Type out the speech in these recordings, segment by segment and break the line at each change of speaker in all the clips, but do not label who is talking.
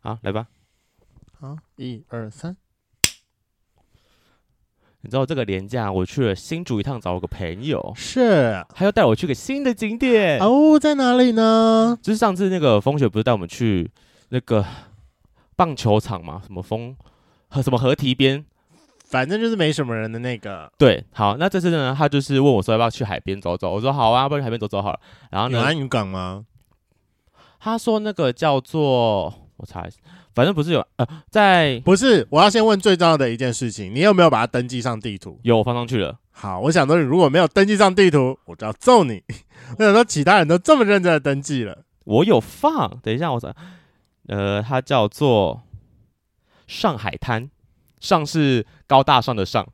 好，来吧。
好，一二三，
你知道这个廉假我去了新竹一趟，找我个朋友，
是
他要带我去个新的景点。
哦，在哪里呢？
就是上次那个风雪不是带我们去那个棒球场嘛，什么风呃和什么河堤边？
反正就是没什么人的那个。
对，好，那这次呢，他就是问我说要不要去海边走走，我说好啊，不然去海边走走好了。然后
有
呢，
安渔港吗？
他说那个叫做我查一下，反正不是有呃，在
不是，我要先问最重要的一件事情，你有没有把它登记上地图？
有我放上去了。
好，我想说，你如果没有登记上地图，我就要揍你。
哦
我想说，其他人都这么认真的登记了，
我有放，等一下我找，呃，它叫做上海滩，上是高大上的上，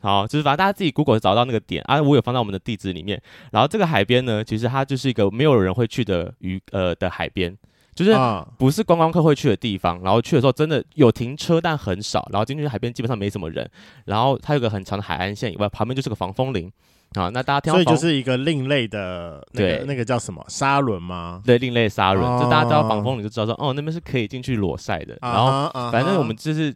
好，就是反正大家自己 Google 找到那个点啊，我有放到我们的地址里面。然后这个海边呢，其实它就是一个没有人会去的渔呃的海边，就是
啊、
不是观光客会去的地方。然后去的时候真的有停车，但很少。然后进去海边基本上没什么人。然后它有个很长的海岸线以外，旁边就是个防风林啊。那大家听到
所以就
防
是一个另类的那个
对
那个叫什么沙轮吗？
对另类杀人，就大家知道防
哦
风林就知道说，哦，那边是可以进去裸晒的。然后
啊哈啊哈
反正我们就是，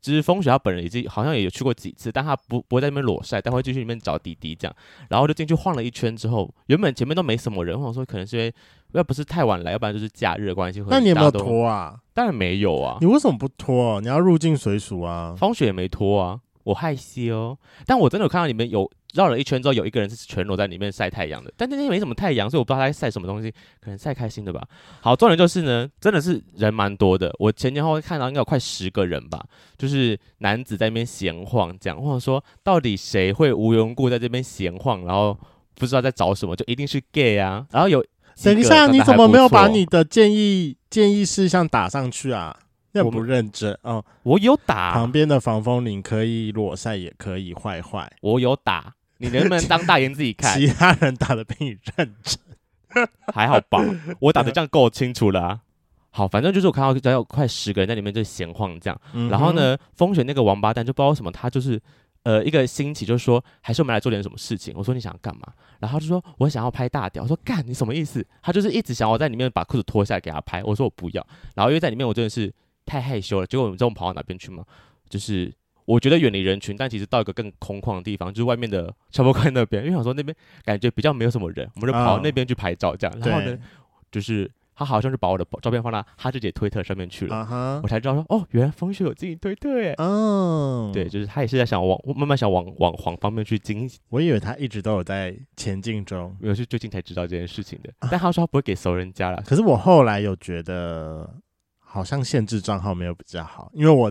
就是风雪他本人已经好像也有去过几次，但他不不会在那边裸晒，但会继续里面找弟弟这样。然后就进去晃了一圈之后，原本前面都没什么人，或者说可能是因为要不是太晚来，要不然就是假日的关系。或者
那你有没
大
有
家都？
脱啊？
当然没有啊
你，为什么不脱？你要入境随俗啊！
风雪也没脱啊，我害羞。但我真的有看到里面有绕了一圈之后，有一个人是全裸在里面晒太阳的，但那天没什么太阳，所以我不知道他在晒什么东西，可能晒开心的吧。好，重点就是呢，真的是人蛮多的，我前前后后看到应该有快十个人吧，就是男子在那边闲晃，讲或者说到底谁会无缘无故在这边闲晃，然后不知道在找什么，就一定是 gay 啊。然后有几
等一
个
下，
长得
你怎
还
么
不
没有把
错
你的建议建议事项打上去啊？那
我
不
们啊
认真哦。
我有打
旁，边的防风林可以裸晒，也可以坏坏。
我有打，你能不能当大眼自己看？
其他人打的比你认真。
还好吧，我打的这样够清楚了、啊。好，反正就是我看到大概有快十个人在里面就闲晃这样，
嗯
然后呢，风雪那个王八蛋就不知道为什么他就是。呃，一个兴起就说，还是我们来做点什么事情。我说你想要干嘛？然后他就说我想要拍大屌。我说干，你什么意思？他就是一直想我在里面把裤子脱下来给他拍。我说我不要。然后因为在里面我真的是太害羞了。结果你知道我们跑到哪边去吗？就是我觉得远离人群，但其实到一个更空旷的地方，就是外面的消波块那边。因为想说那边感觉比较没有什么人，我们就跑
啊
到那边去拍照这样。然后呢
对，，
就是他好像是把我的照片放到哈志姐推特上面去了，
啊哈
我，才知道说哦，原来风雪有经营推特耶。
嗯，
对，，就是他也是在想往慢慢想往往黄方面去经营，
我以为他一直都有在前进中，
我是最近才知道这件事情的。
啊
但他说他不会给熟人家了，
可是我后来有觉得，好像限制账号没有比较好，因为我。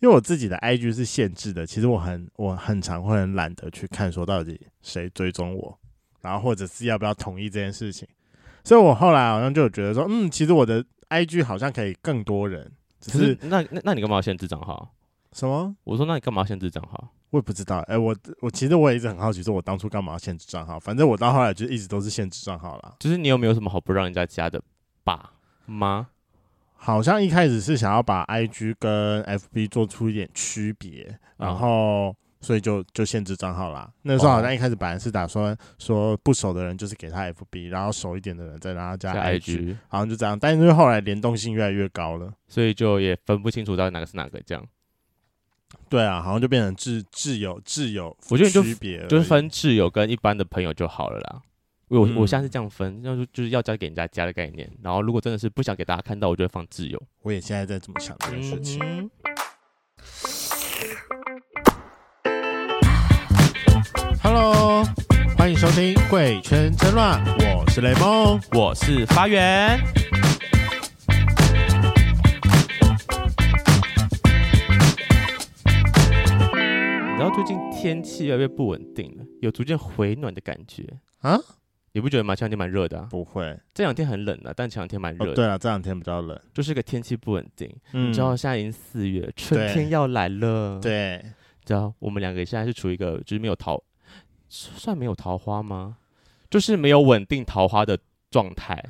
因为我自己的 IG 是限制的，其实我很我很常会很懒得去看说到底谁追踪我，然后或者是要不要同意这件事情，所以我后来好像就有觉得说，嗯，其实我的 IG 好像可以更多人，只
可是
是
那那那你干嘛要限制账号？
什么
我说那你干嘛要限制账号？
我也不知道，哎、我我其实我也一直很好奇，说我当初干嘛要限制账号？反正我到后来就一直都是限制账号啦。
就是你有没有什么好不让人家加的吧吗？
好像一开始是想要把 IG 跟 FB 做出一点区别，
啊嗯
然后所以就就限制账号啦。那时候好
哦
像一开始本来是打算说不熟的人就是给他 FB，然后熟一点的人再让他加
加
IG，
IG，
好像就这样。但是因为后来联动性越来越高了，
所以就也分不清楚到底哪个是哪个这样。
对啊，好像就变成挚挚友挚友，
我觉得你就
区别而已
就是分挚友跟一般的朋友就好了啦。我我
嗯
我现在是这样分，那就就是要交给人家家的概念。然后如果真的是不想给大家看到，我就会放挚友。
我也现在在这么想这件事情。
嗯哼
Hello，欢迎收听《贵圈争乱》，我是雷梦。
我是发源，你知道最近天气越来越不稳定了，有逐渐回暖的感觉
啊？
你不觉得吗？前两天蛮热的、啊，
不会，
这两天很冷啊，但前两天蛮热
哦，
的，
对了，这两天比较冷，
就是个天气不稳定。
嗯
你知道现在已经四月，春
对
天要来了。，
对，
知道我们两个现在是处于一个就是没有桃，算没有桃花吗？就是没有稳定桃花的状态，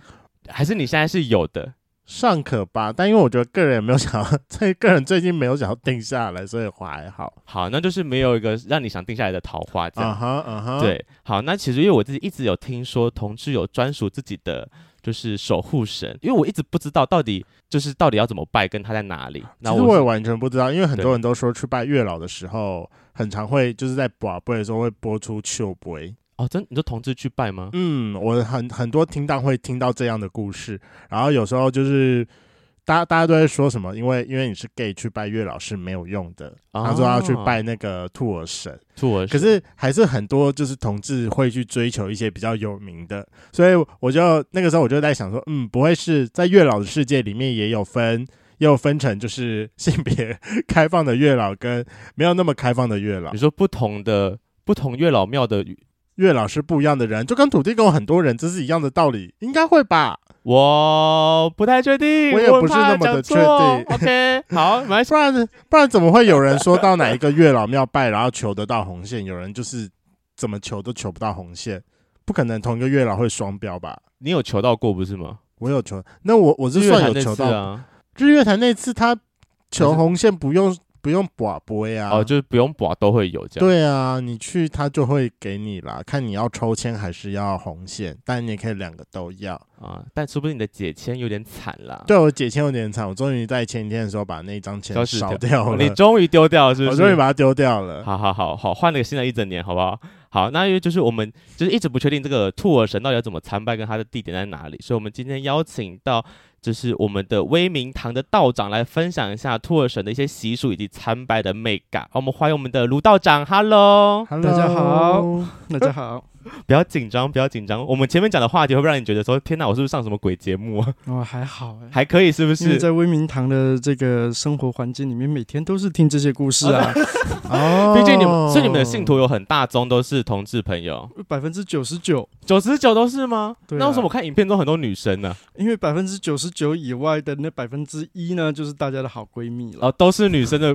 还是你现在是有的？
尚可吧。但因为我觉得个人也没有想要， 这个人最近没有想要定下来，所以还好。
好，那就是没有一个让你想定下来的桃花这样。
啊哈啊哈，，
对，好，那其实因为我自己一直有听说同志有专属自己的就是守护神，因为我一直不知道到底就是到底要怎么拜，跟他在哪里。
其
那
实
我
我也
是
完全不知道，因为很
对
多人都说去拜月老的时候，很常会就是在卜杯的时候会播出秋杯。
哦，真你说同志去拜吗？
嗯，我很很多听到会听到这样的故事，然后有时候就是大家大家都会说什么，因为因为你是 gay 去拜月老是没有用的，
哦
他说要去拜那个兔儿神，
兔儿神，
可是还是很多就是同志会去追求一些比较有名的，所以我就那个时候我就在想说，嗯，不会是在月老的世界里面也有分，也有分成就是性别开放的月老跟没有那么开放的月老
你，说不同的不同月老庙的
月老是不一样的人，就跟土地公有很多人这是一样的道理，应该会吧？
我不太确定，
我也
很
不是
怕
那么
讲
的确
错
定
OK，好，没关系。
不然不然怎么会有人说到哪一个月老庙拜，然后求得到红线，有人就是怎么求都求不到红线，不可能同一个月老会双标吧？
你有求到过不是吗？
我有求，那我我是
日月
算
潭
有
那
求
次
到
啊，
日月潭那次他求红线不用不用把波呀，
哦，就是不用卜都会有这样。
对啊，你去他就会给你啦，看你要抽签还是要红线，但你也可以两个都要。
啊，但说不定你的解签有点惨啦。
对我解签有点惨，我终于在前几天的时候把那张
消
签
失
烧
掉
掉
哦，
了，
你终于丢掉了，是不
我
是？
终于把它丢掉了。
好好好好，换了个新的一整年，好不好？好，那因为就是我们就是一直不确定这个兔儿神到底要怎么参拜，跟它的地点在哪里，所以我们今天邀请到就是我们的威明堂的道长来分享一下兔儿神的一些习俗以及参拜的美感。好我们欢迎我们的卢道长，Hello，
Hello
大家好，大家好，
不要紧张，不要紧张。我们前面讲的话题会不会让你觉得说，天哪，我是不是上什么鬼节目 啊？
哦，还好哎、
还可以，是不
因为
是？
在威明堂的这个生活环境里面，每天都是听这些故事啊，
哦，
毕竟你们，所以你们的信徒有很大宗都是同志朋友，
百分之九十九，
九十九都是吗？
哦对啊
那为什么我看影片中很多女生呢、
因为百分之九十九以外的那百分之一呢，就是大家的好闺蜜了。
哦，都是女生的，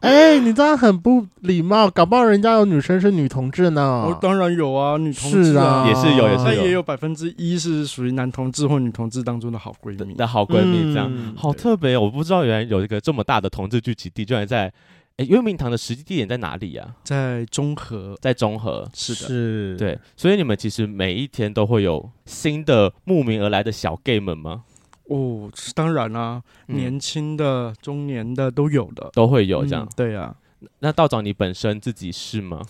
哎、你这样很不礼貌，搞不好人家有女生是女同志呢。
哦，当然有啊，女同志
是啊，
也是有也是
但
有
也有百分之一是属于男同志或女同志当中的好闺蜜。
的好闺蜜这样，
嗯
好特别哦！我不知道原来有一个这么大的同志聚集地，居然在。哎，幽冥堂的实际地点在哪里呀、
在中和，
在中和。
是的，
是，
对，所以你们其实每一天都会有新的慕名而来的小 gay 们吗？
哦，是当然啦、啊，
嗯
年轻的、中年的都有的，
都会有这样
嗯。对啊。
那道长你本身自己是吗？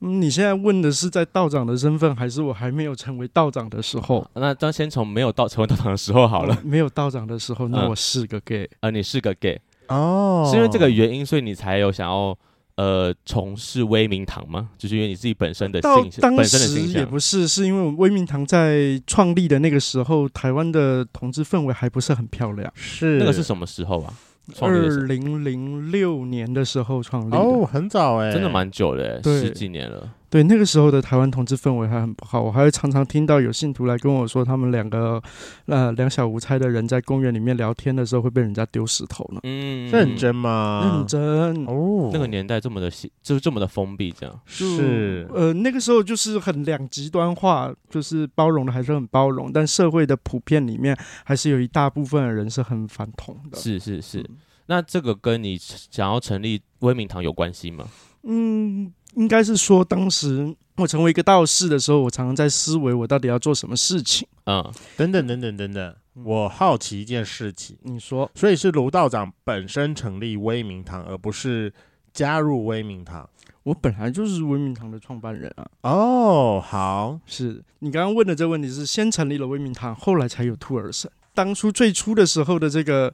嗯，你现在问的是在道长的身份，还是我还没有成为道长的时候？
那当先从没有到成为道长的时候好了。
嗯，没有道长的时候，那
嗯
我是个 gay。
呃，你是个 gay，
哦，
是因为这个原因，所以你才有想要呃从事威明堂吗？就是因为你自己本身的
到
性
当
本身的
时
形
也
象
不是，是因为我们威明堂在创立的那个时候，台湾的同志氛围还不是很漂亮。
是
那个是什么时候啊？创立的时
二零零六年的时候创立的，
哦，很早哎、
候真的？蛮久的欸，
对
十几年了。
对，那个时候的台湾同志氛围还很不好，我还会常常听到有信徒来跟我说，他们两个呃两小无猜的人在公园里面聊天的时候会被人家丢石头呢。
嗯，
认真吗？
认真
哦，
那个年代这么的细，就是这么的封闭，这样
是
呃，那个时候就是很两极端化，就是包容的还是很包容，但社会的普遍里面还是有一大部分的人是很反同的。
是是是
嗯。
那这个跟你想要成立威明堂有关系吗？
嗯，应该是说当时我成为一个道士的时候，我常常在思维我到底要做什么事情。
嗯，
等等等等等等，
嗯
我好奇一件事情，
你说
所以是卢道长本身成立威明堂，而不是加入威明堂。
我本来就是威明堂的创办人啊，
哦，好，
是你刚刚问的这个问题是先成立了威明堂，后来才有兔儿神。当初最初的时候的这个。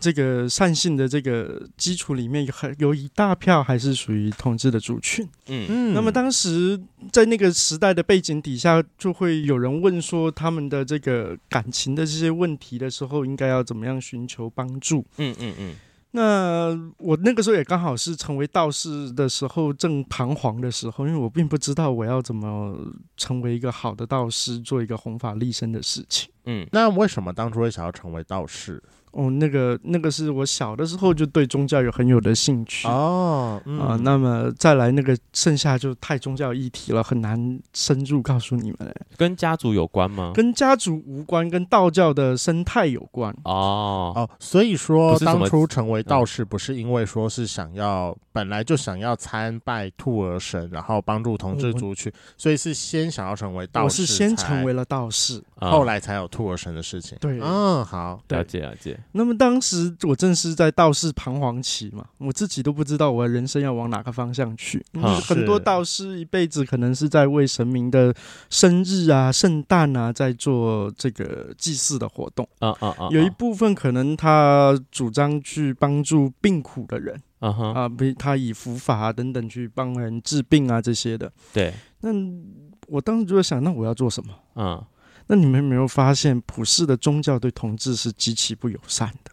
这个善信的这个基础里面有很有一大票还是属于同志的族群，
嗯
嗯
那么当时在那个时代的背景底下，就会有人问说他们的这个感情的这些问题的时候，应该要怎么样寻求帮助？
嗯嗯嗯，
那我那个时候也刚好是成为道士的时候，正彷徨的时候，因为我并不知道我要怎么成为一个好的道士，做一个弘法立身的事情。
嗯，
那为什么当初会想要成为道士？
哦，那个那个是我小的时候就对宗教有很有的兴趣。
哦，嗯
啊、那么再来那个剩下就太宗教议题了，很难深入告诉你们、哎
嗯
跟家族有关吗？
跟家族无关，跟道教的生态有关。
哦，
哦，所以说
不是什
当
么嗯
初成为道士，不是因为说是想要本来就想要参拜兔儿神，然后帮助同志
哦我
族群，所以是先想要成为道
我
士，
是先成为，了道士，
嗯
后来才有兔儿神的事情。
对
嗯，好，
对
了解了解，
那么当时我正是在道士彷徨期嘛，我自己都不知道我的人生要往哪个方向去。因为
嗯
很多
是
道士一辈子可能是在为神明的生日啊、圣诞啊，在做这个祭祀的活动。
啊啊啊，
有一部分可能他主张去帮助病苦的人
啊哈，
啊，比他以伏法啊等等去帮人治病啊这些的。
对，
那我当时就在想，那我要做什么？
嗯，
那你们有没有发现普世的宗教对同志是极其不友善的？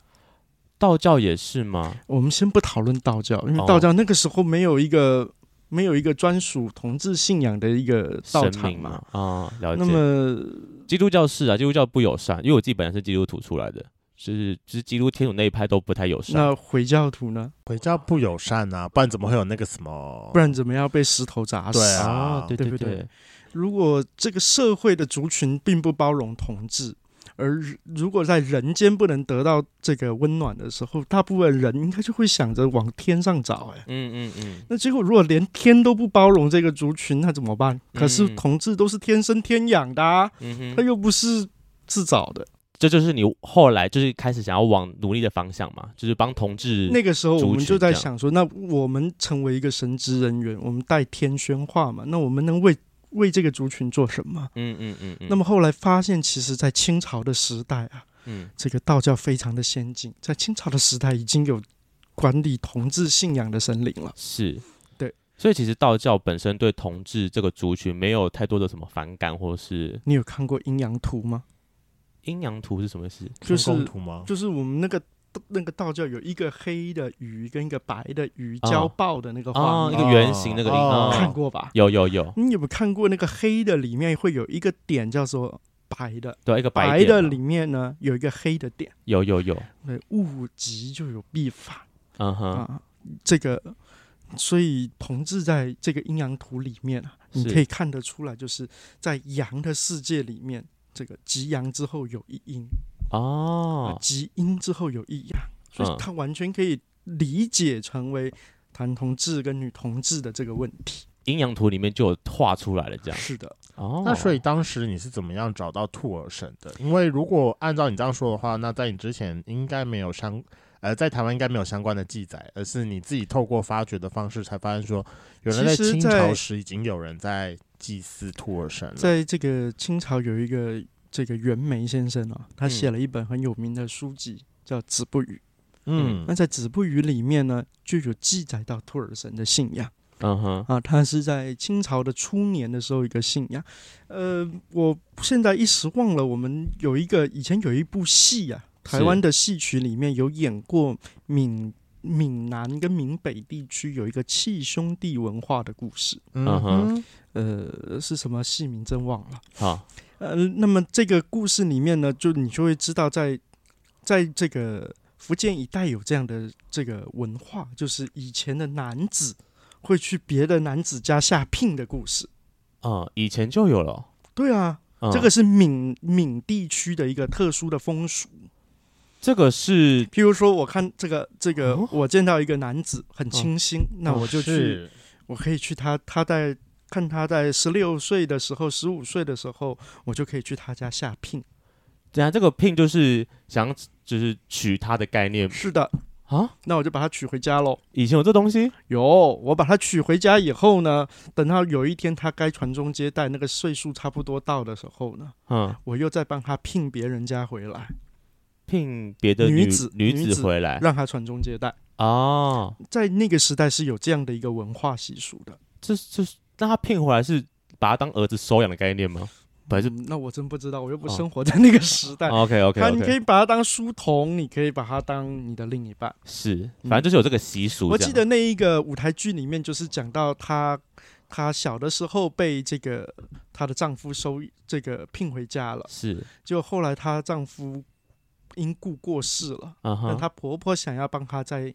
道教也是吗？
我们先不讨论道教，因
哦
为道教那个时候没有一个、没有一个专属同志信仰的一个道
神
场
明嘛
嘛。，
啊，了解。
那么
基督教是啊，基督教不友善，因为我自己本来是基督徒出来的，就是就是基督天主那一派都不太友善。
那回教徒呢？
回教不友善呐、不然怎么会有那个什么？
不然怎么样被石头砸死？
对啊
啊，哦对
对
对
不对如果这个社会的族群并不包容同志，而如果在人间不能得到这个温暖的时候，大部分人应该就会想着往天上找、哎，
嗯嗯嗯，
那结果如果连天都不包容这个族群，那怎么办？可是
嗯
同志都是天生天养的、啊，
嗯
他又不是自找的。
这就是你后来就是开始想要往努力的方向嘛，就是帮同志。
那个时候我
族
们
群
就在
这样
想说，那我们成为一个神职人员，我们带天宣化嘛，那我们能为为这个族群做什么？
嗯嗯嗯嗯，
那么后来发现，其实，在清朝的时代啊，
嗯
这个道教非常的先进，在清朝的时代已经有管理同志信仰的神灵了。
是，
对，
所以其实道教本身对同志这个族群没有太多的什么反感，或是
你有看过阴阳图吗？
阴阳图是什么意思？
就
天宫
是
图吗？
就是我们那个那个道教有一个黑的鱼跟一个白的鱼
啊
交抱的那个画
啊，
面，
那个圆形那个阴
哦
啊
看过吧？
有有有，
你有没有看过那个黑的里面会有一个点叫做白的，
对，啊一个
白
点
的
嘛
里面呢有一个黑的点，
有有有，
对，物极就有必反
嗯哼，
啊，这个，所以同志在这个阴阳图里面啊，你
是
可以看得出来，就是在阳的世界里面，这个极阳之后有一阴，啊
哦，
极阴之后有一阳，所
嗯
以它完全可以理解成为男同志跟女同志的这个问题。
阴阳图里面就有画出来了这样。
是的，
哦，
那所以当时你是怎么样找到兔儿神的？因为如果按照你这样说的话，那在你之前应该没有相呃，在台湾应该没有相关的记载，而是你自己透过发掘的方式才发现说，有人在
其实
清朝
在
时已经有人在祭祀兔儿神
嗯
了。
在这个清朝有一个这个袁枚先生啊，他
嗯
写了一本很有名的书籍。叫《子不语》，
嗯
那在《子不语》里面呢，就有记载到托尔神的信仰。
嗯哼，
啊，它是在清朝的初年的时候一个信仰。呃，我现在一时忘了，我们有一个以前有一部戏啊，台
是
湾的戏曲里面有演过闽闽南跟闽北地区有一个契兄弟文化的故事。
嗯
哼
哼，
呃，是什么戏名真忘了。
好，
呃，那么这个故事里面呢，就你就会知道在，在这个福建一带有这样的这个文化，就是以前的男子会去别的男子家下聘的故事。
嗯，以前就有了哦。
对啊，
嗯
这个是闽闽地区的一个特殊的风俗。
这个是
譬如说，我看这个这个，
哦
我见到一个男子很清新，那我就去，
哦是
我可以去他他在看他在十六岁的时候、十五岁的时候，我就可以去他家下聘。
等下这个聘就是想就是取它的概念
是的，
啊？
那我就把他娶回家喽。
以前有这东西？
有，我把他娶回家以后呢，等到有一天他该传宗接代，那个岁数差不多到的时候呢，
嗯，
我又再帮他聘别人家回来，
聘别的
女
女
子
女
女子
回来
让他传宗接代。
哦，
在那个时代是有这样的一个文化习俗的，
这这那他聘回来是把他当儿子收养的概念吗？还是
嗯那我真不知道，我又不
哦
生活在那个时代。
OK OK
他你可
OK，
以把他当书童，你可以把他当你的另一半。
是，
嗯
反正就是有这个习俗这样。
我记得那一个舞台剧里面，就是讲到她，她小的时候被这个她的丈夫收这个聘回家了，
是，
就后来她丈夫因故过世了，
嗯
那、
哼，
她婆婆想要帮她再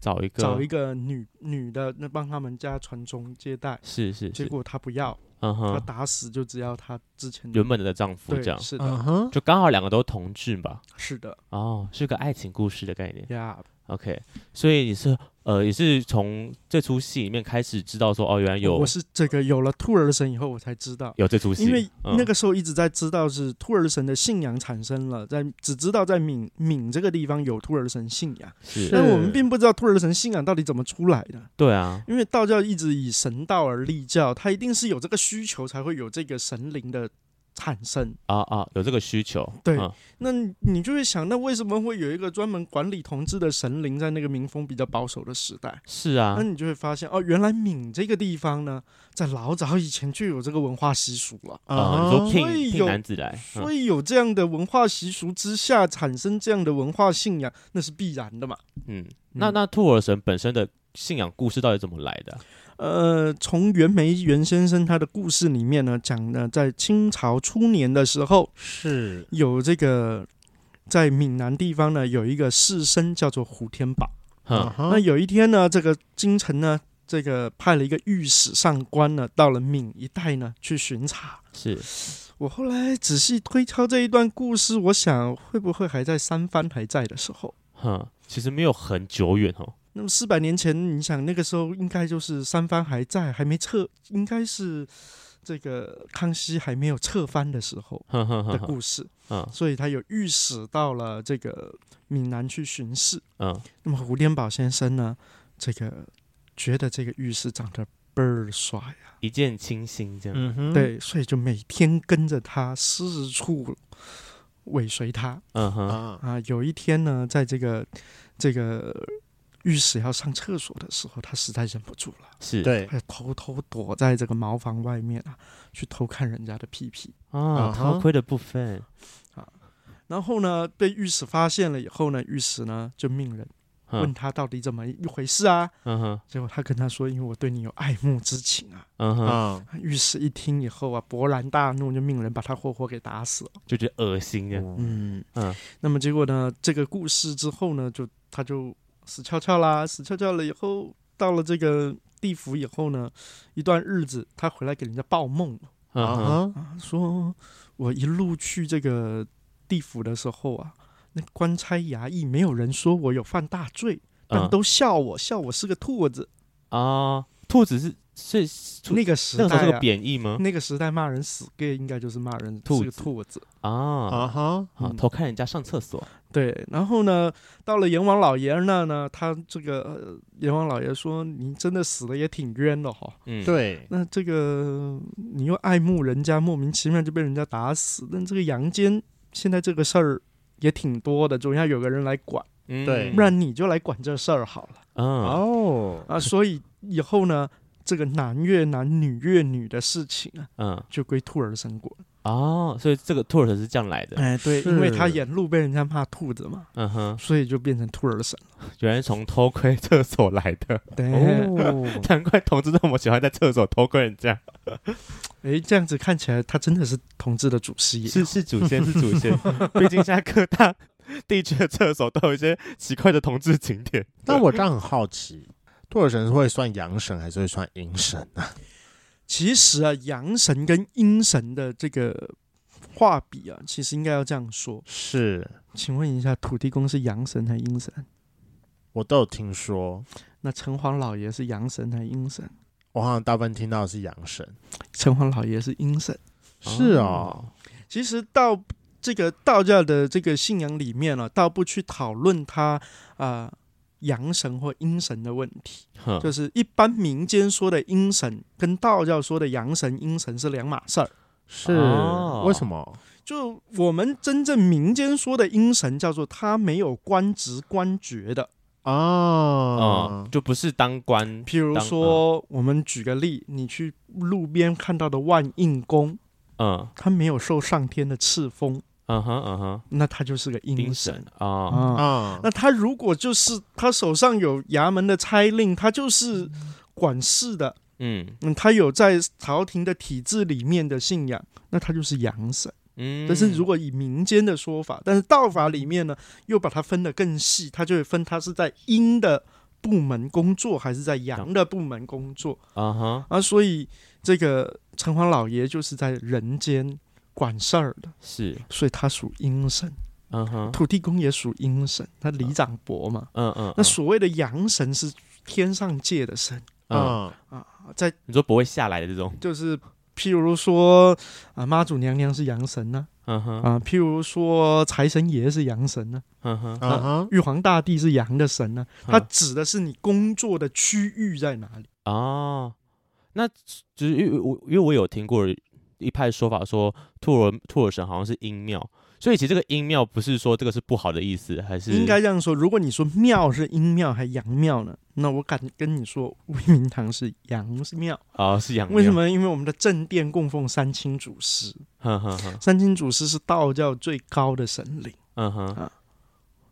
找一个
找一个女女的，那帮他们家传宗接代，
是是
结
是，
果她不要，
嗯
她
哼，
打死就只要她之前的
原本的丈夫
对
这样，
是的，
嗯哼，
就刚好两个都同志吧。
是的
哦，是个爱情故事的概念。
呀
OK，所以你是呃，也是从这出戏里面开始知道说，哦，原来有
我是这个有了兔儿神以后，我才知道，
有这出戏，
因为
嗯
那个时候一直在知道是兔儿神的信仰产生了，在只知道在闽闽这个地方有兔儿神信仰，
是
但我们并不知道兔儿神信仰到底怎么出来的。
对啊，
因为道教一直以神道而立教，它一定是有这个需求才会有这个神灵的产生。
啊啊，有这个需求，
对
嗯
那你就会想，那为什么会有一个专门管理同志的神灵在那个民风比较保守的时代？
是啊
那，你就会发现，哦，原来闽这个地方呢，在老早以前就有这个文化习俗了。
啊，你说
所以
聘聘
有
男子来，嗯
所以有这样的文化习俗之下，产生这样的文化信仰，那是必然的嘛。
嗯，那那兔儿神本身的信仰故事到底怎么来的啊？
呃，从袁枚袁先生他的故事里面呢，讲呢，在清朝初年的时候，
是
有这个在闽南地方呢，有一个士绅叫做胡天宝。
啊
嗯哼，
哈
那有一天呢，这个京城呢，这个派了一个御史上官呢，到了闽一带呢去巡查。
是
我后来仔细推敲这一段故事，我想会不会还在三藩还在的时候？
哼，其实没有很久远哦，
那么四百年前，你想那个时候应该就是三藩还在，还没撤，应该是这个康熙还没有撤藩的时候
哼哼
的
哼哼，
故事。
嗯
所以他有御史到了这个闽南去巡视。
嗯，
那么胡天宝先生呢，这个觉得这个御史长得倍儿帅啊，
一见倾心这样，
嗯哼，
对，所以就每天跟着他四处尾随他
嗯哼，
啊，
啊。有一天呢，在这个这个御史要上厕所的时候，他实在忍不住了，
是，
对，
他偷偷哎躲在这个茅房外面啊，去偷看人家的屁屁。
啊，
啊
偷
哈
窥的部分，
然后呢，被御史发现了以后呢，御史呢就命人问
嗯
他到底怎么一回事啊。
嗯哼，
结果他跟他说，因为我对你有爱慕之情啊。
嗯哼，
啊，
御史一听以后啊，勃然大怒，就命人把他活活给打死了。
就觉得恶心这样，
嗯
嗯，
那么结果呢，这个故事之后呢，就他就死翘翘啦，死翘翘了以后，到了这个地府以后呢，一段日子他回来给人家报梦了
嗯哼，
啊哈，
啊，说我一路去这个地府的时候啊，那官差衙役没有人说我有犯大罪，但
嗯
都笑我，笑我是个兔子。
啊，兔子是是兔
那个时
那个时候
代
是个
啊。
贬义吗？
那个时代骂人死 gay 应该就是骂人
兔
是个
子
兔子，
啊
啊哈，
啊，
嗯
偷看人家上厕所，
对，然后呢，到了阎王老爷那呢，他这个、呃阎王老爷说：“你真的死的也挺冤的哈。
嗯，
对”，
那这个你又爱慕人家，莫名其妙就被人家打死。但这个阳间现在这个事儿也挺多的，总要有个人来管，
嗯
对
不然你就来管这事儿好了
嗯，
哦，
啊。所以以后呢，这个男越男、女越女的事情啊，
嗯，
就归兔儿神管。
哦，所以这个兔儿神是这样来
嗯
的，
哎，对，因为他
是
沿路被人家骂兔子嘛，
嗯哼，
所以就变成兔儿神了。
原来从偷窥厕所来的，
对。
哦，
难怪同志那么喜欢在厕所偷窥人家。
诶，哎这样子看起来他真的是同志的祖师爷。
是是祖先，是祖先。毕竟现在各大地区的厕所都有一些奇怪的同志景点。
但我这样很好奇，兔耳神是会算阳神还是会算阴神啊？
其实啊，阳神跟阴神的这个画比啊，其实应该要这样说。
是
请问一下，土地公是阳神还是阴神？
我都有听说，
那城隍老爷是阳神还是阴神？
我好像大部分听到的是阳神，
城隍老爷是阴神。
是哦，
其实到这个道教的这个信仰里面啊，倒不去讨论他啊、阳神或阴神的问题，
哼，
就是一般民间说的阴神跟道教说的阳神、阴神是两码事儿。
是
哦
为什么？
就我们真正民间说的阴神，叫做他没有官职官爵的。
哦
嗯，，就不是当官
譬如说，我们举个例，你去路边看到的万应公，
嗯
他没有受上天的敕封，
嗯哼嗯哼，
那他就是个阴
阴
神
神啊，
啊。
啊，
那他如果就是他手上有衙门的差令，他就是管事的，
嗯
嗯，他有在朝廷的体制里面的信仰，那他就是阳神。
嗯，
但是如果以民间的说法，但是道法里面呢，又把它分得更细，它就会分它是在阴的部门工作，还是在阳的部门工作
啊哈
啊。所以这个城隍老爷就是在人间管事儿的，
是
所以他属阴神。
嗯哼
土地公也属阴神，他李长伯嘛。
嗯嗯，
那所谓的阳神是天上界的神
嗯，
嗯
啊，在
你说不会下来的这种，
就是譬如说啊，妈祖娘娘是阳神呐、
嗯哼
啊，，譬如说财神爷是阳神呐、
嗯哼，
啊
嗯哼，
玉皇大帝是阳的神呐、
嗯
它指的是你工作的区域在哪里。
哦，那就是因为我因为我有听过一派说法说兔儿兔儿神好像是阴庙，所以其实这个阴庙不是说这个是不好的意思，还是
应该这样说，如果你说庙是阴庙还阳庙呢，那我敢跟你说，威明堂是阳庙。
哦是阳庙
为什？么？因为我们的正殿供奉三清祖师，
嗯哼哼
嗯
哼，
三清祖师是道教最高的神灵。
嗯哼，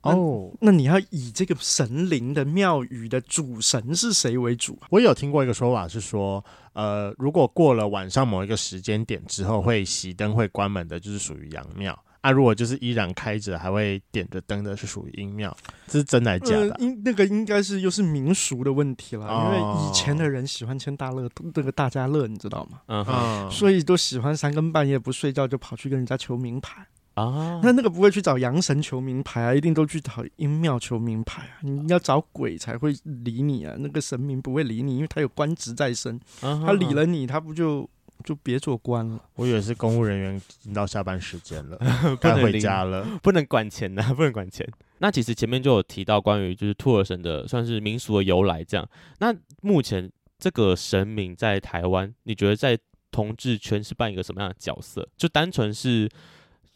哦，
那你要以这个神灵的庙宇的主神是谁为主啊？
我有听过一个说法是说，呃，如果过了晚上某一个时间点之后，会熄灯会关门的，就是属于阳庙。啊，如果就是依然开着还会点着灯的，是属于阴庙，这是真的还是假的啊
呃，应那个应该是又是民俗的问题了，因为
哦
以前的人喜欢签大乐，那个大家乐，你知道吗？
嗯哼，
啊？
所以都喜欢三更半夜不睡觉就跑去跟人家求名牌。
啊，
那那个不会去找阳神求名牌啊，一定都去找阴庙求名牌啊。你要找鬼才会理你啊，那个神明不会理你，因为他有官职在身，
嗯
他
他理，了你，他不就就别做官了？
我以为是公务人员已经到下班时间了，
不
该
能
回
领
家了。
不能管钱呐、 不能管钱。那其实前面就有提到关于就是兔儿神的算是民俗的由来这样。那目前这个神明在台湾，你觉得在同志圈是扮演一个什么样的角色？就单纯是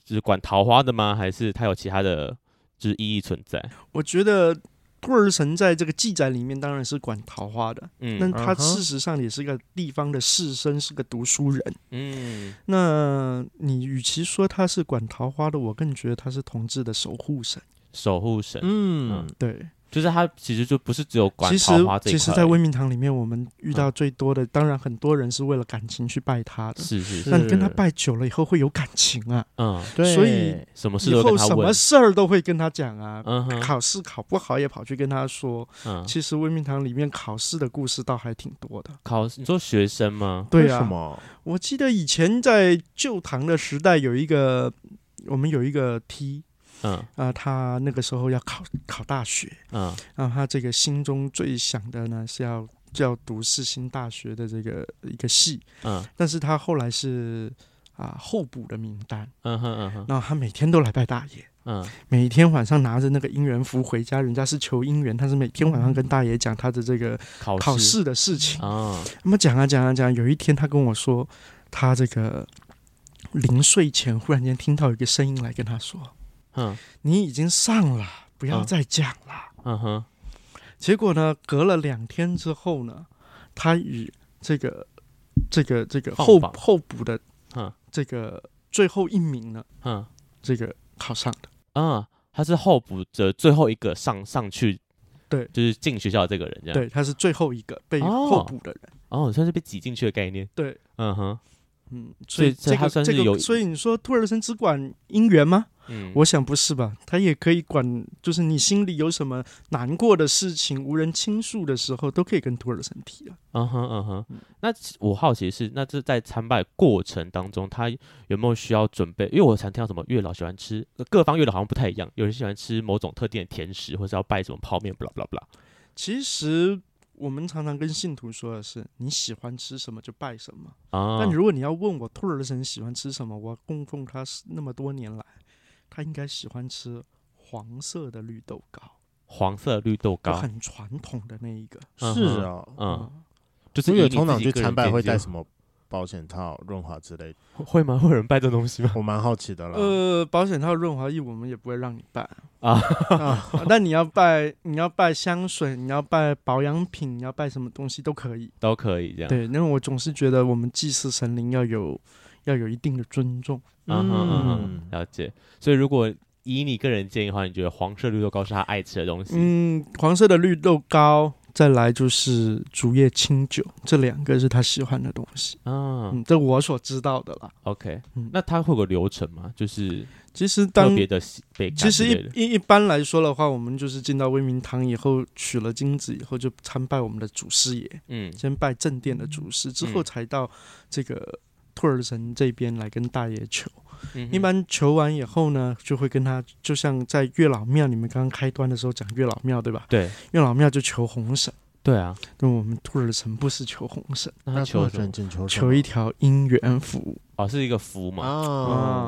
只管桃花的吗？还是它有其他的就是意义存在？
我觉得兔儿神在这个记载里面当然是管桃花的，但
嗯
他
嗯哼
事实上也是个地方的士绅，是个读书人。
嗯
那你与其说他是管桃花的，我更觉得他是同志的守护神。啊
守护神、
嗯，
对，
就是他其实就不是只有管
其实
桃花这一
其
块，嗯
实，在温明堂里面，我们遇到最多的，当然很多人是为了感情去拜他的。
是是
是
是
那你跟他拜久了以后会有感情啊，
嗯，
对，
所以
什么事
以
都跟
后
他
什
问
么，事儿都会跟他讲啊。
嗯哼，
考试考不好也跑去跟他说。
嗯，
其实温明堂里面考试的故事倒还挺多的。
考你说学生吗？
对
为什
啊，
么？
我记得以前在旧唐的时代，有一个我们有一个 T
嗯
啊、他那个时候要考考大学，
嗯
然后他这个心中最想的呢是要就要读世新大学的这个一个系，
嗯
但是他后来是啊、候补的名单，
嗯哼嗯哼
然后他每天都来拜大爷。
嗯。
每天晚上拿着那个姻缘符回家，人家是求姻缘，他是每天晚上跟大爷讲他的这个
考
考试的事情。
啊，
那么讲啊讲啊讲，有一天他跟我说，他这个临睡前忽然间听到一个声音来跟他说
嗯：“
你已经上了，不要
嗯
再讲了。
嗯哼，
结果呢，隔了两天之后呢，他与这个这个这个
放
候
榜
候补的
嗯
这个最后一名呢，
嗯
这个考上了。
啊，他是候补者最后一个上上去，
对
就是进学校的这个人，这样，
对，他是最后一个被
哦
候补的人。
哦，算是被挤进去的概念，
对，
嗯哼，
嗯，
所
所
以
以
这
这
他
个
算
这
是
个
有
所以你说托尔森只管姻缘吗？
嗯，
我想不是吧，他也可以管，就是你心里有什么难过的事情、无人倾诉的时候，都可以跟托尔森提啊。
嗯哼嗯哼
嗯，
那其我好奇是，那这在参拜过程当中，他有没有需要准备？因为我常听到什么月老喜欢吃，各方月老好像不太一样，有人喜欢吃某种特定的甜食，或是要拜什么泡面，不啦不啦不啦，
其实我们常常跟信徒说的是，你喜欢吃什么就拜什么。
啊，
但如果你要问我托尔森喜欢吃什么，我供奉他那么多年来，他应该喜欢吃黄色的绿豆糕，
黄色绿豆
就
糕，
很传统的那一个。
嗯
是
哼
哦，
嗯，
嗯
就是
所以
以
有
你
通常
自己
去
个人
参拜
见
会
解
带什么保险套、润滑之类的，
会会吗？会有人拜这东西吗？
我蛮好奇的啦。
呃，保险套润滑液我们也不会让你拜
啊
啊，但你要拜，你要拜香水，你要拜保养品，你要拜什么东西都可以。
都可以这样，
对，那我总是觉得我们祭祀神灵要有要有一定的尊重。
嗯哼嗯哼
嗯，
了解。所以如果以你个人建议的话，你觉得黄色绿豆糕是他爱吃的东西？
嗯，黄色的绿豆糕，再来就是竹叶清酒，这两个是他喜欢的东西。
啊
嗯，这我所知道的啦。
，OK，
嗯
那它会有个流程吗？就是
其实
特
当
别的洗被干
其
之
实
类的
一一一般来说的话，我们就是进到威明堂以后，取了金子以后，就参拜我们的祖师爷。
嗯
先拜正殿的主师，之后
嗯
才到这个托尔神这边来跟大爷求。
嗯哼
一般求完以后呢，就会跟他，就像在月老庙，你们刚刚开端的时候讲月老庙对吧？
对
月老庙就求红绳，
对啊，
那我们兔儿神不是求红绳，
那
那
他
求
求什
神
么？
进求
求一条姻缘符
哦，是一个符嘛，
啊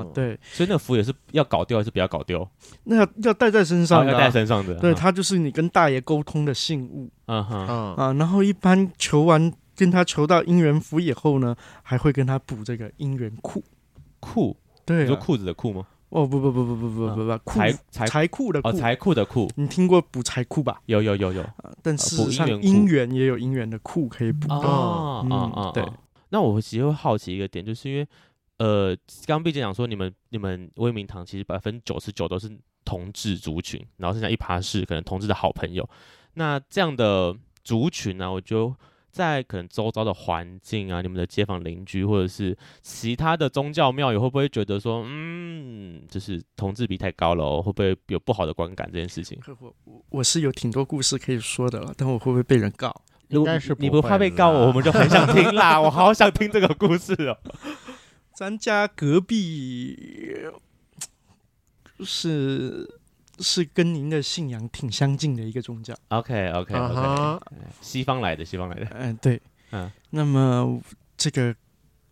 啊，，对，
所以那个符也是要搞掉还是不要搞丢？
那要要带在身
哦
上
要
的
带在
啊，
身上的。
对，
嗯，
它就是你跟大爷沟通的信物
嗯哼，
嗯，
啊。然后一般求完跟他求到姻缘符以后呢，还会跟他补这个姻缘库。
裤，你
对
说
啊，
裤子的裤吗？
哦不不不不不不不不，库
啊财财
财库的
哦，
库，
财库的库，
你听过补财库吧？
有有有有。
啊但事
补
实上，
姻缘库
姻缘也有姻缘的库可以补
啊
的。
啊
嗯
啊！
对
啊。那我其实会好奇一个点，就是因为呃，刚刚毕竟讲说你们你们威明堂其实百分之九十九都是同志族群，然后剩下一趴是可能同志的好朋友。那这样的族群呢、我就在可能周遭的环境啊，你们的街坊邻居或者是其他的宗教庙宇，会不会觉得说，嗯，就是同志比太高了、哦，会不会有不好的观感这件事情？
可我我我是有挺多故事可以说的了，但我会不会被人告？
如果
该是
你
不
不
会
怕被告
啦
我，我们就很想听 啦，我好想听这个故事哦。
咱家隔壁呃是是跟您的信仰挺相近的一个宗教，
OK OK
啊
OK，、
哈
哎西方来的，西方来的，
嗯、对，
哎嗯，
那么这个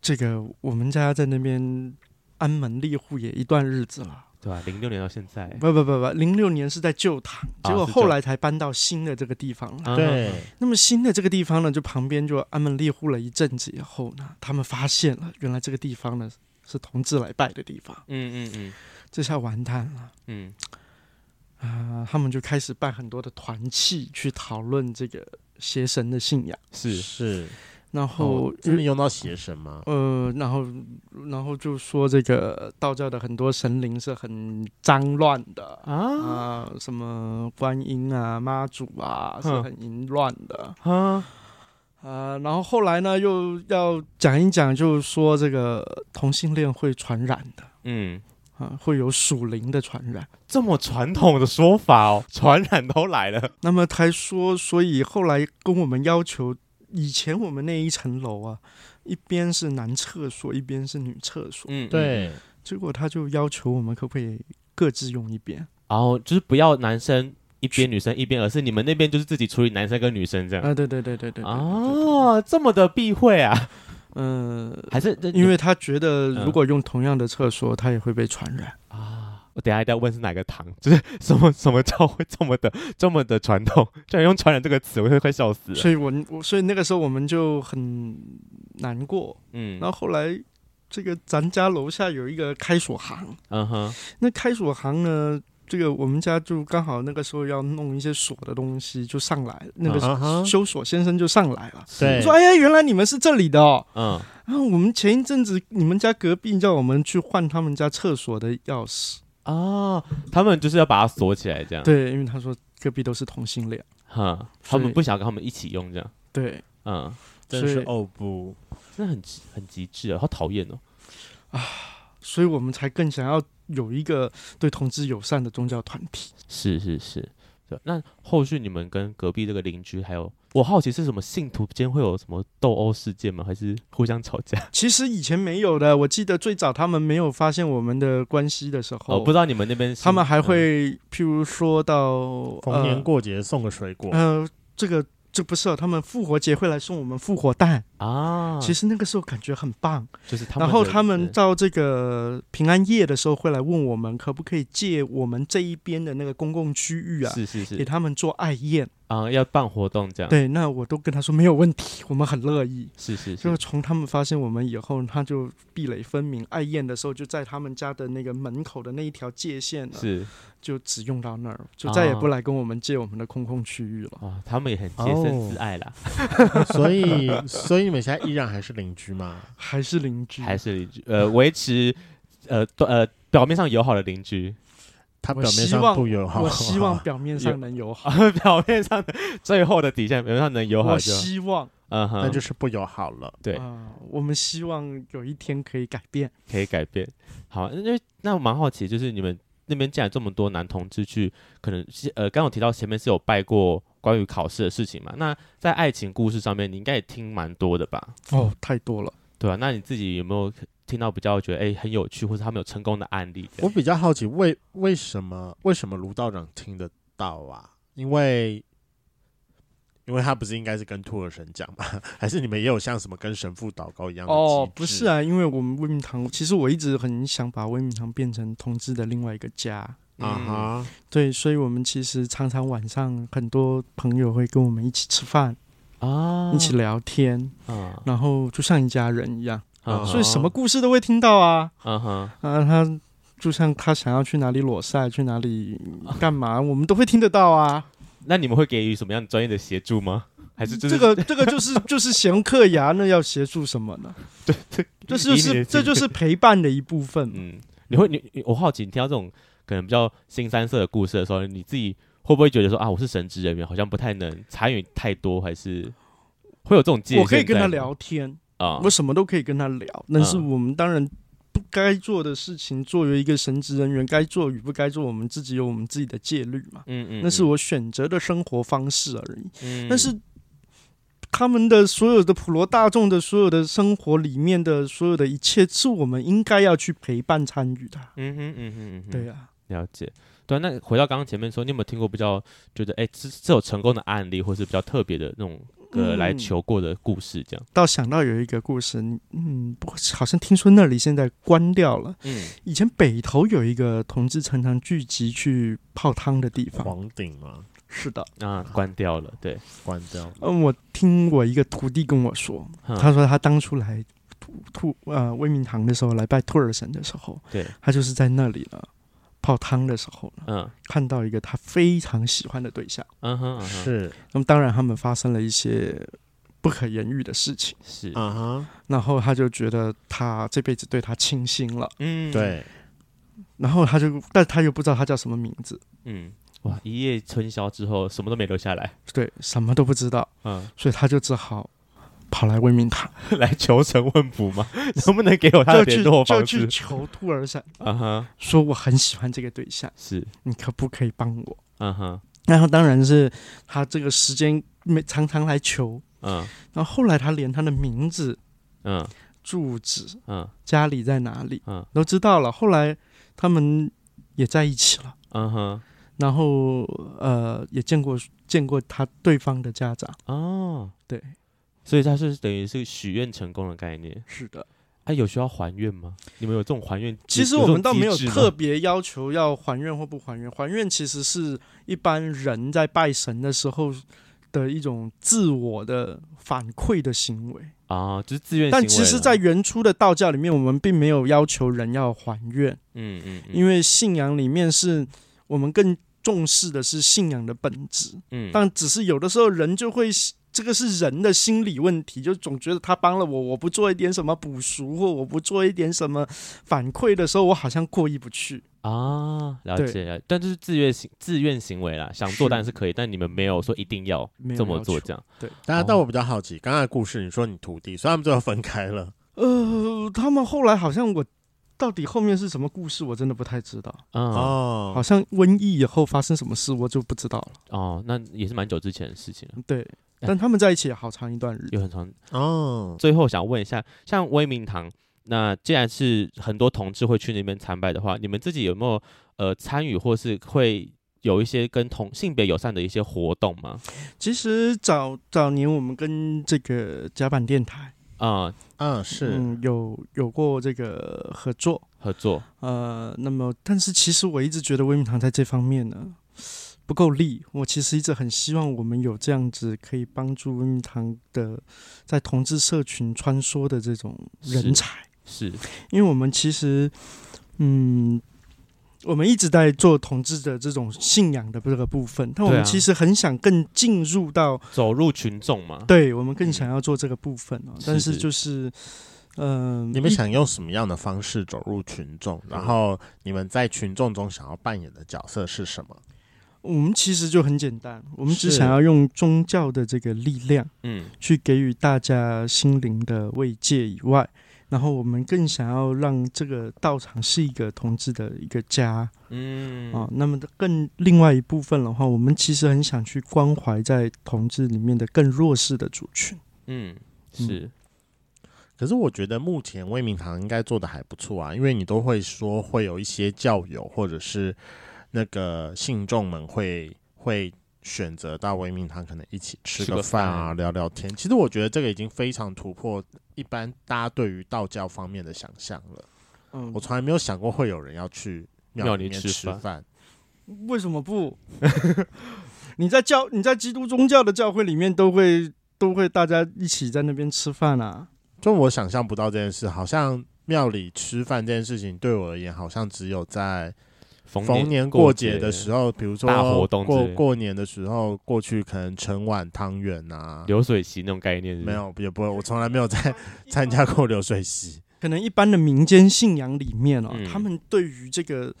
这个我们家在那边安门立户也一段日子了，
对吧、零六年到现在，
不不不不，零六年是在旧堂，
哎啊
结果
是旧
后来才搬到新的这个地方了。
啊
对，
那么新的这个地方呢，就旁边就安门立户了一阵子以后呢，他们发现了原来这个地方呢是同志来拜的地方，
嗯嗯嗯
这下完蛋了。
嗯，
啊、他们就开始办很多的团契去讨论这个邪神的信仰，
是哦
是，
然后
哦，真的用到邪神吗？
呃，然后然后就说这个道教的很多神灵是很脏乱的
啊
啊、什么观音啊、妈祖啊，是
嗯
很淫乱的
啊
啊、然后后来呢，又要讲一讲，就是说这个同性恋会传染的
嗯，
啊、会有属灵的传染。
这么传统的说法 哦，传染都来了，
那么他说，所以后来跟我们要求，以前我们那一层楼啊，一边是男厕所，一边是女厕所，
嗯，嗯。
对，
结果他就要求我们可不可以各自用一边？
然后哦就是不要男生一边，女生一边，而是你们那边就是自己处理男生跟女生这样。
啊，对对对对
呃
对，啊
哦，这么的避讳啊？
嗯、呃
还是
因为他觉得如果用同样的厕所，他也会被传染。
啊？我等一下再问是哪个堂， 就是什么什么教会这么的这么的传统， 居然用“传染”这个词，我会快笑死了。
所以我我所以那个时候我们就很难过。
嗯，
然后后来这个咱家楼下有一个开锁行，
嗯哼，
那开锁行呢，这个我们家就刚好那个时候要弄一些锁的东西，就上来，那
啊
个
啊哈，
修锁先生就上来了，
对
说：“哎呀，原来你们是这里的哦。
嗯，”
然后我们前一阵子你们家隔壁叫我们去换他们家厕所的钥匙，
哦，他们就是要把它锁起来这样。，
对，因为他说隔壁都是同性恋，
哈，他
所以
们不想跟他们一起用这样，
对，
嗯，
真是
所以
哦不，
真的很极很极致啊，好讨厌哦。
所以我们才更想要有一个对同志友善的宗教团体。
是是是，对。那后续你们跟隔壁这个邻居还有，我好奇是什么信徒间会有什么斗殴事件吗？还是互相吵架？
其实以前没有的，我记得最早他们没有发现我们的关系的时候，
哦，不知道你们那边是
他们还会，譬如说到
逢年
呃
过节送个水 果，
呃，这个这不是、哦，他们复活节会来送我们复活蛋，
嗯啊，
其实那个时候感觉很棒。
就是他们
然
的，
后他们
嗯
到这个平安夜的时候会来问我们可不可以借我们这一边的那个公共区域啊，
是是
给
是
他们做爱宴。
啊，要办活动这样，，
对，那我都跟他说没有问题，我们很乐意。
是是，
就是从他们发现我们以后，他就壁垒分明。爱宴的时候，就在他们家的那个门口的那一条界限了，
是
就只用到那儿，就再也
啊
不来跟我们借我们的公共区域了。
啊，他们也很洁身
哦
自爱啦，
所以所以你们现在依然还是邻居吗？
还是邻居，
还是邻居呃维持呃呃表面上友好的邻居，
他
我
表面
希
上
望
不友好，
我希 望表面上能 友好，
啊，表面上的最后的底线，表面上能友好
我
就，
希望
嗯哼，
那就是不友好了。
对
啊、我们希望有一天可以改变。
可以改变。好，那就那我蛮好奇，就是你们那边既然这么多男同志去，可能是呃，刚刚有提到前面是有拜过关于考试的事情嘛？那在爱情故事上面，你应该也听蛮多的吧？
哦，太多了，
对吧、啊那你自己有没有听到比较觉得哎、很有趣，或者他们有成功的案例这
我
样？
比较好奇，为为什么为什么卢道长听得到啊？因为因为他不是应该是跟兔儿神讲吗？ 还是你们也有像什么跟神父祷告一样的
哦
机，
不
制
是啊，因为我们威明堂，其实我一直很想把威明堂变成同志的另外一个家。
啊哈，
对，所以我们其实常常晚上很多朋友会跟我们一起吃饭，
啊，
一起聊天，
啊，
然后就像一家人一样，
嗯
所以什么故事都会听到啊。
嗯哼，
啊，他就像他想要去哪里裸晒，去哪里干嘛，我们都会听得到啊。
那你们会给予什么样专业的协助吗？还是就
这
是
个这个就是就是闲客呀，那要协助什么 呢？这
以
就
你
是
的
这
经
就是陪伴的一部分嘛。
嗯，你会你你我好奇，你听到这种可能比较新三色的故事的时候，你自己会不会觉得说啊，我是神职人员，好像不太能参与太多，还是会有这种界限？
我可以跟他聊天，
啊，
我什么都可以跟他聊，但是
嗯
我们当然不该做的事情，作为一个神职人员，该做与不该做，我们自己有我们自己的戒律嘛。
嗯嗯，
那是
嗯，
我选择的生活方式而已。
嗯
但是他们的所有的普罗大众的所有的生活里面的所有的一切，是我们应该要去陪伴参与的啊。
嗯哼嗯哼嗯哼，
对啊，
了解。对啊、那回到刚刚前面说，你有没有听过比较觉得哎，这这有成功的案例，或是比较特别的那种呃、来
嗯
求过的故事？这样，
倒想到有一个故事，嗯，不过好像听说那里现在关掉了。
嗯，
以前北投有一个同志常常聚集去泡汤的地方，
黄顶嘛，
是的。
啊，关掉了，对，
关掉。
嗯，我听我一个徒弟跟我说，
哼
他说他当初来兔兔呃威明堂的时候，来拜兔儿神的时候，
对，
他就是在那里呢泡汤的时候呢，
嗯
看到一个他非常喜欢的对象。
嗯哼嗯哼，
是
那么当然他们发生了一些不可言喻的事情，
是，
啊哈，
然后他就觉得他这辈子对他倾心了，
嗯，
对，
然后他就但他又不知道他叫什么名字，
嗯，哇，一夜春宵之后，什么都没留下来，
对，什么都不知道，
嗯，
所以他就只好。跑来威明堂，
来求神问卜 吗？能不能给 我他的
就去
联络
就
方
去
式？
求兔儿神，
啊哈，
说我很喜欢这个对象，
是，
你可不可以帮我？
嗯哼，
然后当然是他这个时间没常常来求，
嗯
然后后来他连他的名字、
嗯
住址、
嗯
家里在哪里
嗯
都知道了。后来他们也在一起了，
嗯哼，
然后呃也见过见过他对方的家长。
哦，
对，
所以他是等于是许愿成功的概念。
是的，
哎，有需要还愿吗？你们有这种还愿机？
其实我们倒没有
这种机制
特
吗
别要求要还愿或不还愿，还愿其实是一般人在拜神的时候的一种自我的反馈的行为。
啊，就是自愿行为
但
啦。
其实，在原初的道教里面，我们并没有要求人要还愿，
嗯嗯，
因
为
为信仰里面是我们更重视的是信仰的本质。
嗯，
但只是有的时候人就会，这个是人的心理问题，就总觉得他帮了我，我不做一点什么补赎，或我不做一点什么反馈的时候，我好像过意不去。
啊，了
对
解了，但这是自愿行自愿行为啦，想做
是
当然是可以，但你们没有说一定要
没有
这么
要
做
求
这样。
但
哦
但我比较好奇，刚才的故事你说你徒弟，所以他们最后分开了。
呃，他们后来好像我。到底后面是什么故事，我真的不太知道。
嗯
好
哦，
像瘟疫以后发生什么事，我就不知道了。
哦，那也是蛮久之前的事情了，
对，但他们在一起也好长一段日子。
哎有很长。
哦，
最后想问一下，像威明堂，那既然是很多同志会去那边参拜的话，你们自己有没有呃参与或是会有一些跟同性别友善的一些活动吗？
其实早早年我们跟这个甲板电台
啊、
嗯，是
嗯有有过这个合作，
合作
呃，那么但是其实我一直觉得威明堂在这方面呢不够力，我其实一直很希望我们有这样子可以帮助威明堂的在同志社群穿梭的这种人
是
才，
是，
因为我们其实嗯。我们一直在做同志的这种信仰的这个部分，但我
对
们
啊
其实很想更进入到
走入群众嘛？
对我们更想要做这个部分哦，
是
但是
是
就是，嗯、
你们
一
想用什么样的方式走入群众？
嗯
然后你们在群众中想要扮演的角色是什么？
我们其实就很简单，我们只
是
想要用宗教的这个力量
嗯
去给予大家心灵的慰藉以外，然后我们更想要让这个道场是一个同志的一个家啊、
嗯
那么更另外一部分的话，我们其实很想去关怀在同志里面的更弱势的族群。
嗯是
可是我觉得目前威明堂应该做的还不错啊，因为你都会说会有一些教友或者是那个信众们会会选择到威命堂，可能一起吃
吃
个
个
饭啊，
饭
聊聊天。其实我觉得这个已经非常突破一般大家对于道教方面的想象了。
嗯
我，从来没有想过会有人要去庙
庙
里
里
面
吃
吃
饭
饭。
为什么不？ 你在教你在基督宗教的教会里面都会都会大家一起在那边吃饭啊。
就我想象不到这件事，好像庙里吃饭这件事情对我而言，好像只有在
逢
逢
年
年过
节
节的时候，比如说
大活动之
过
类
过年的时候，过去可能盛碗汤圆啊，
流水席那种概念是不
没
是，
有也不会，我从来没有在 参加过流水席。
可能一般的民间信仰里面哦，
嗯
他们对于这个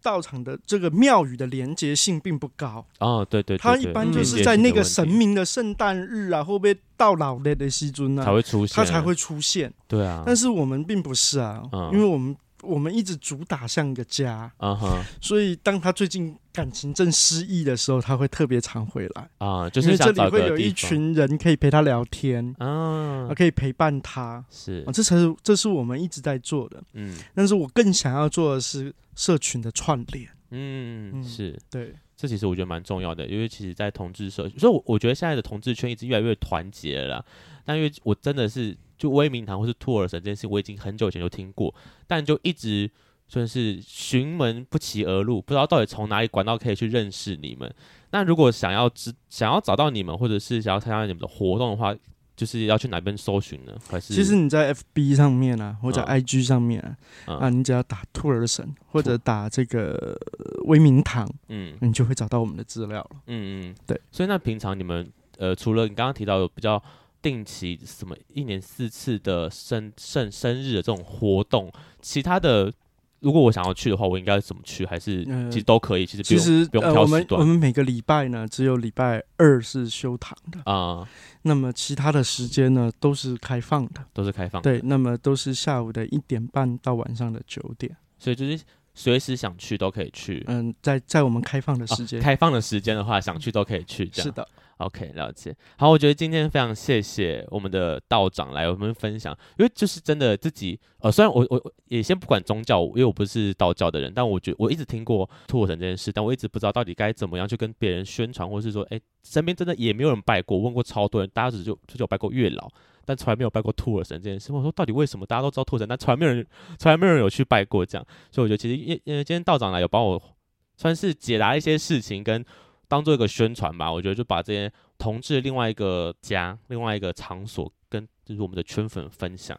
道场的这个庙宇的连结性并不高。
哦，对对对
他一
对
般
嗯
就
连
是
接
在
性
那
的
个
问
神
题
明的圣诞日啊，会不会到老的的西尊
才
啊，
会出现，
他才会出现。
对啊，
但是我们并不是啊
嗯，
因为我们我们一直主打像一个家，
啊哈
所以当他最近感情正失意的时候，他会特别常回来，
啊，就
因
是
为这
想
里
找
会
个
有
地
一
方
群人可以陪他聊天，
啊
啊，，可以陪伴他。
是
啊，这才是这是我们一直在做的，
嗯
但是我更想要做的是社群的串联。
嗯
嗯
是。
对，
这其实我觉得蛮重要的，因为其实，在同志社，所以我我觉得现在的同志圈一直越来越团结了啦。但因为我真的是就威明堂或是兔儿神这件事，我已经很久以前就听过，但就一直算是寻门不期而入，不知道到底从哪里管道可以去认识你们。那如果想要知想要找到你们，或者是想要参加你们的活动的话，就是要去哪边搜寻呢？还是
其实你在 FB 上面啊，或者
嗯
IG 上面啊，
嗯
啊你只要打兔儿神或者打这个呃威明堂，
嗯
你就会找到我们的资料了。
嗯嗯，
对。
所以那平常你们呃，除了你刚刚提到有比较定期什么一年四次的生生生日的这种活动，其他的如果我想要去的话，我应该怎么去？还是
呃
其实都可以，其实不
其
用
实
不用
呃，我
挑时
们我
段
们每个礼拜呢，只有礼拜二是休堂的，
啊、
那么其他的时间呢都是开放的。
都是开放。，
对，那么都是下午的一点半到晚上的九点。
所以就是随时想去都可以去。
嗯，在在我们开放的呃时间，
啊、开放的时间的话，想去都可以去。这样
是的，
OK，了解。好，我觉得今天非常谢谢我们的道长来我们分享，因为就是真的自己，呃，虽然我我我也先不管宗教，因为我不是道教的人，但我觉我一直听过吐火神这件事，但我一直不知道到底该怎么样去跟别人宣传，或是说，哎，身边真的也没有人拜过，问过超多人，大家只就就有拜过月老，但从来没有拜过吐火神这件事。我说到底为什么大家都知道吐火神，但从来没有人从来没有人有去拜过这样，所以我觉得其实因因为今天道长来有帮我算是解答一些事情跟。当做一个宣传吧，我觉得就把这些同志另外一个家、另外一个场所，跟就是我们的圈粉分享。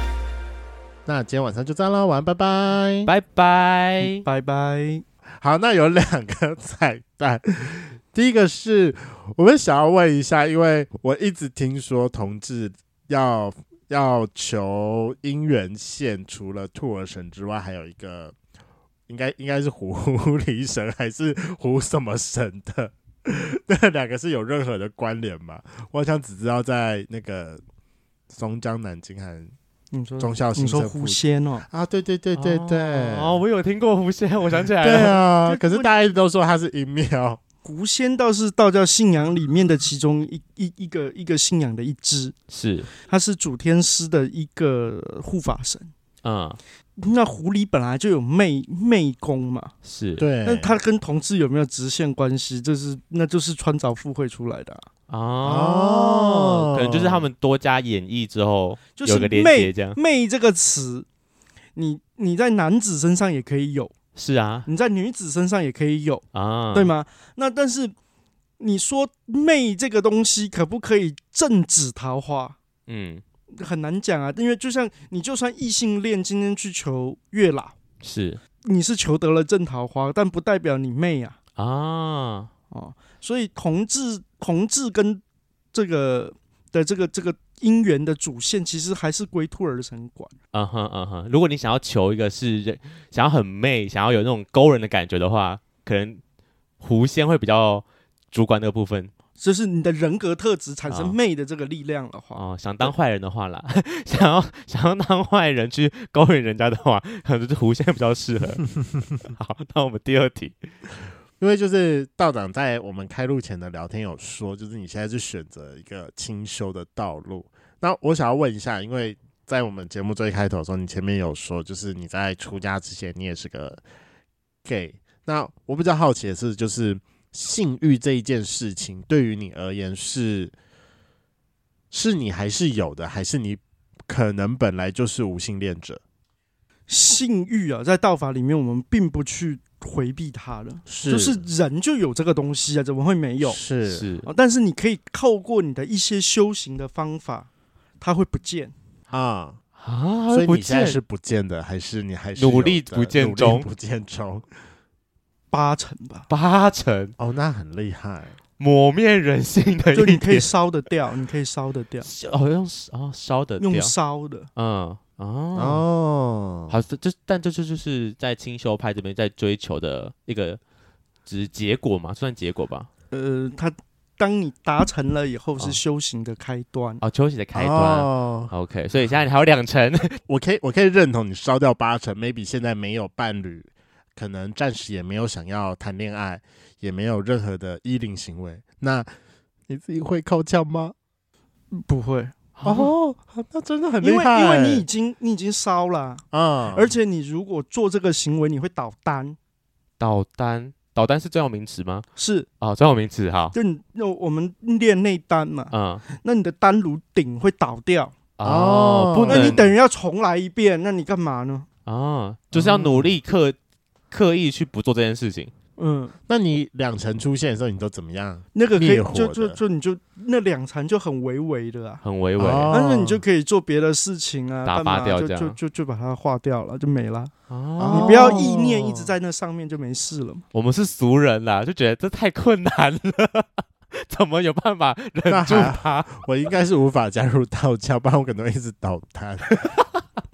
那今天晚上就这样啦，晚安，拜拜。
拜拜。
拜拜。
好，那有两个彩蛋。第一个是我们想要问一下，因为我一直听说同志要要求姻缘线，除了兔儿神之外，还有一个应该 应该是狐狐狸神还是狐什么神的？那两个是有任何的关联吗？我想只知道在那个松江、南京还
你说
忠孝新
你说
生
狐
附近
仙哦，
啊，对对对对对，
哦，我有听过狐仙，我想起来
对
了。
啊，可是大家一直都说他是阴庙。
狐仙倒是道教信仰里面的其中一一一个一个信仰的一支，
是，
它是主天师的一个护法神。
嗯，
那狐狸本来就有媚媚功嘛，
是，
对，
那它跟同志有没有直线关系？这是那就是穿凿附会出来的啊、
哦
哦，
可能就是他们多加演绎之后，
就是
有个连接
媚
这样。
媚这个词，你你在男子身上也可以有，
是啊，
你在女子身上也可以有，
啊，
对吗？那但是你说媚这个东西可不可以正指桃花？
嗯，
很难讲啊，因为就像你就算异性恋今天去求月老，
是
你是求得了正桃花，但不代表你媚啊。
啊，
哦，所以同志同志跟这个的这个这个姻缘的主线，其实还是归兔儿神管。
嗯哼嗯哼。如果你想要求一个是人想要很媚，想要有那种勾人的感觉的话，可能狐仙会比较主管那个部分
就是你的人格特质产生
啊
媚的这个力量的话，
哦、想当坏人的话啦， 想要想要当坏人去勾引人家的话，可能就是狐仙比较适合。好，那我们第二题，
因为就是道长在我们开录前的聊天有说，就是你现在是选择一个清修的道路。那我想要问一下，因为在我们节目最开头的时候，你前面有说，就是你在出家之前，你也是个 gay。那我比较好奇的是，就是性欲这一件事情，对于你而言是是你还是有的，还是你可能本来就是无性恋者？
性欲啊，在道法里面我们并不去回避它的，
是
就是人就有这个东西啊，怎么会没有？
是
是
哦，但是你可以透过你的一些修行的方法，它会不见。
啊。
啊，
所以
不
你现在
见
是不见的，还是你还是
努
有
力
的
不见
努力
中
不见中？
八成吧，
八成
哦，那很厉害。
抹灭人性的
就
一
你可以
点，
烧得掉，你可以烧得掉，
好像是啊烧的
用
掉，
烧的。
嗯哦。
哦，
好，这这但这就就是在清修派这边在追求的一个，只是结果嘛，算结果吧。
呃，它当你达成了以后，
哦
是修行的开端。
哦，休息的开端。
哦，
OK，所以现在你还有两成，
我可以，我可以认同你烧掉八成，maybe 现在没有伴侣，可能暂时也没有想要谈恋爱，也没有任何的依恋行为。那你自己会靠枪吗？
不会，
哦，那真的很
因
厉
为
害，
因为你已经你已经烧了啊，
啊，
而且你如果做这个行为，你会倒单。
导单，导单是专有名词吗？
是，
哦，专有名词， 好，
就你那我们练内丹嘛，
嗯，
那你的丹炉顶会倒掉，
哦
不
那
能，
那你等于要重来一遍，那你干嘛呢？
哦，就是要努力刻刻意去不做这件事情。
嗯，
那你两成出现的时候，你都怎么样？
那个可以
灭火
就
的
就就你就那两层就很微微的啊，
很委婉
哦
但是你就可以做别的事情啊，
打
干嘛
发掉
就
这样
就就就把它化掉了，就没了。
哦
你不要意念一直在那上面就没事了嘛。
我们是俗人啦，就觉得这太困难了， 怎么有办法忍
那
住
还
它？
我应该是无法加入道教，不然我可能会一直倒摊。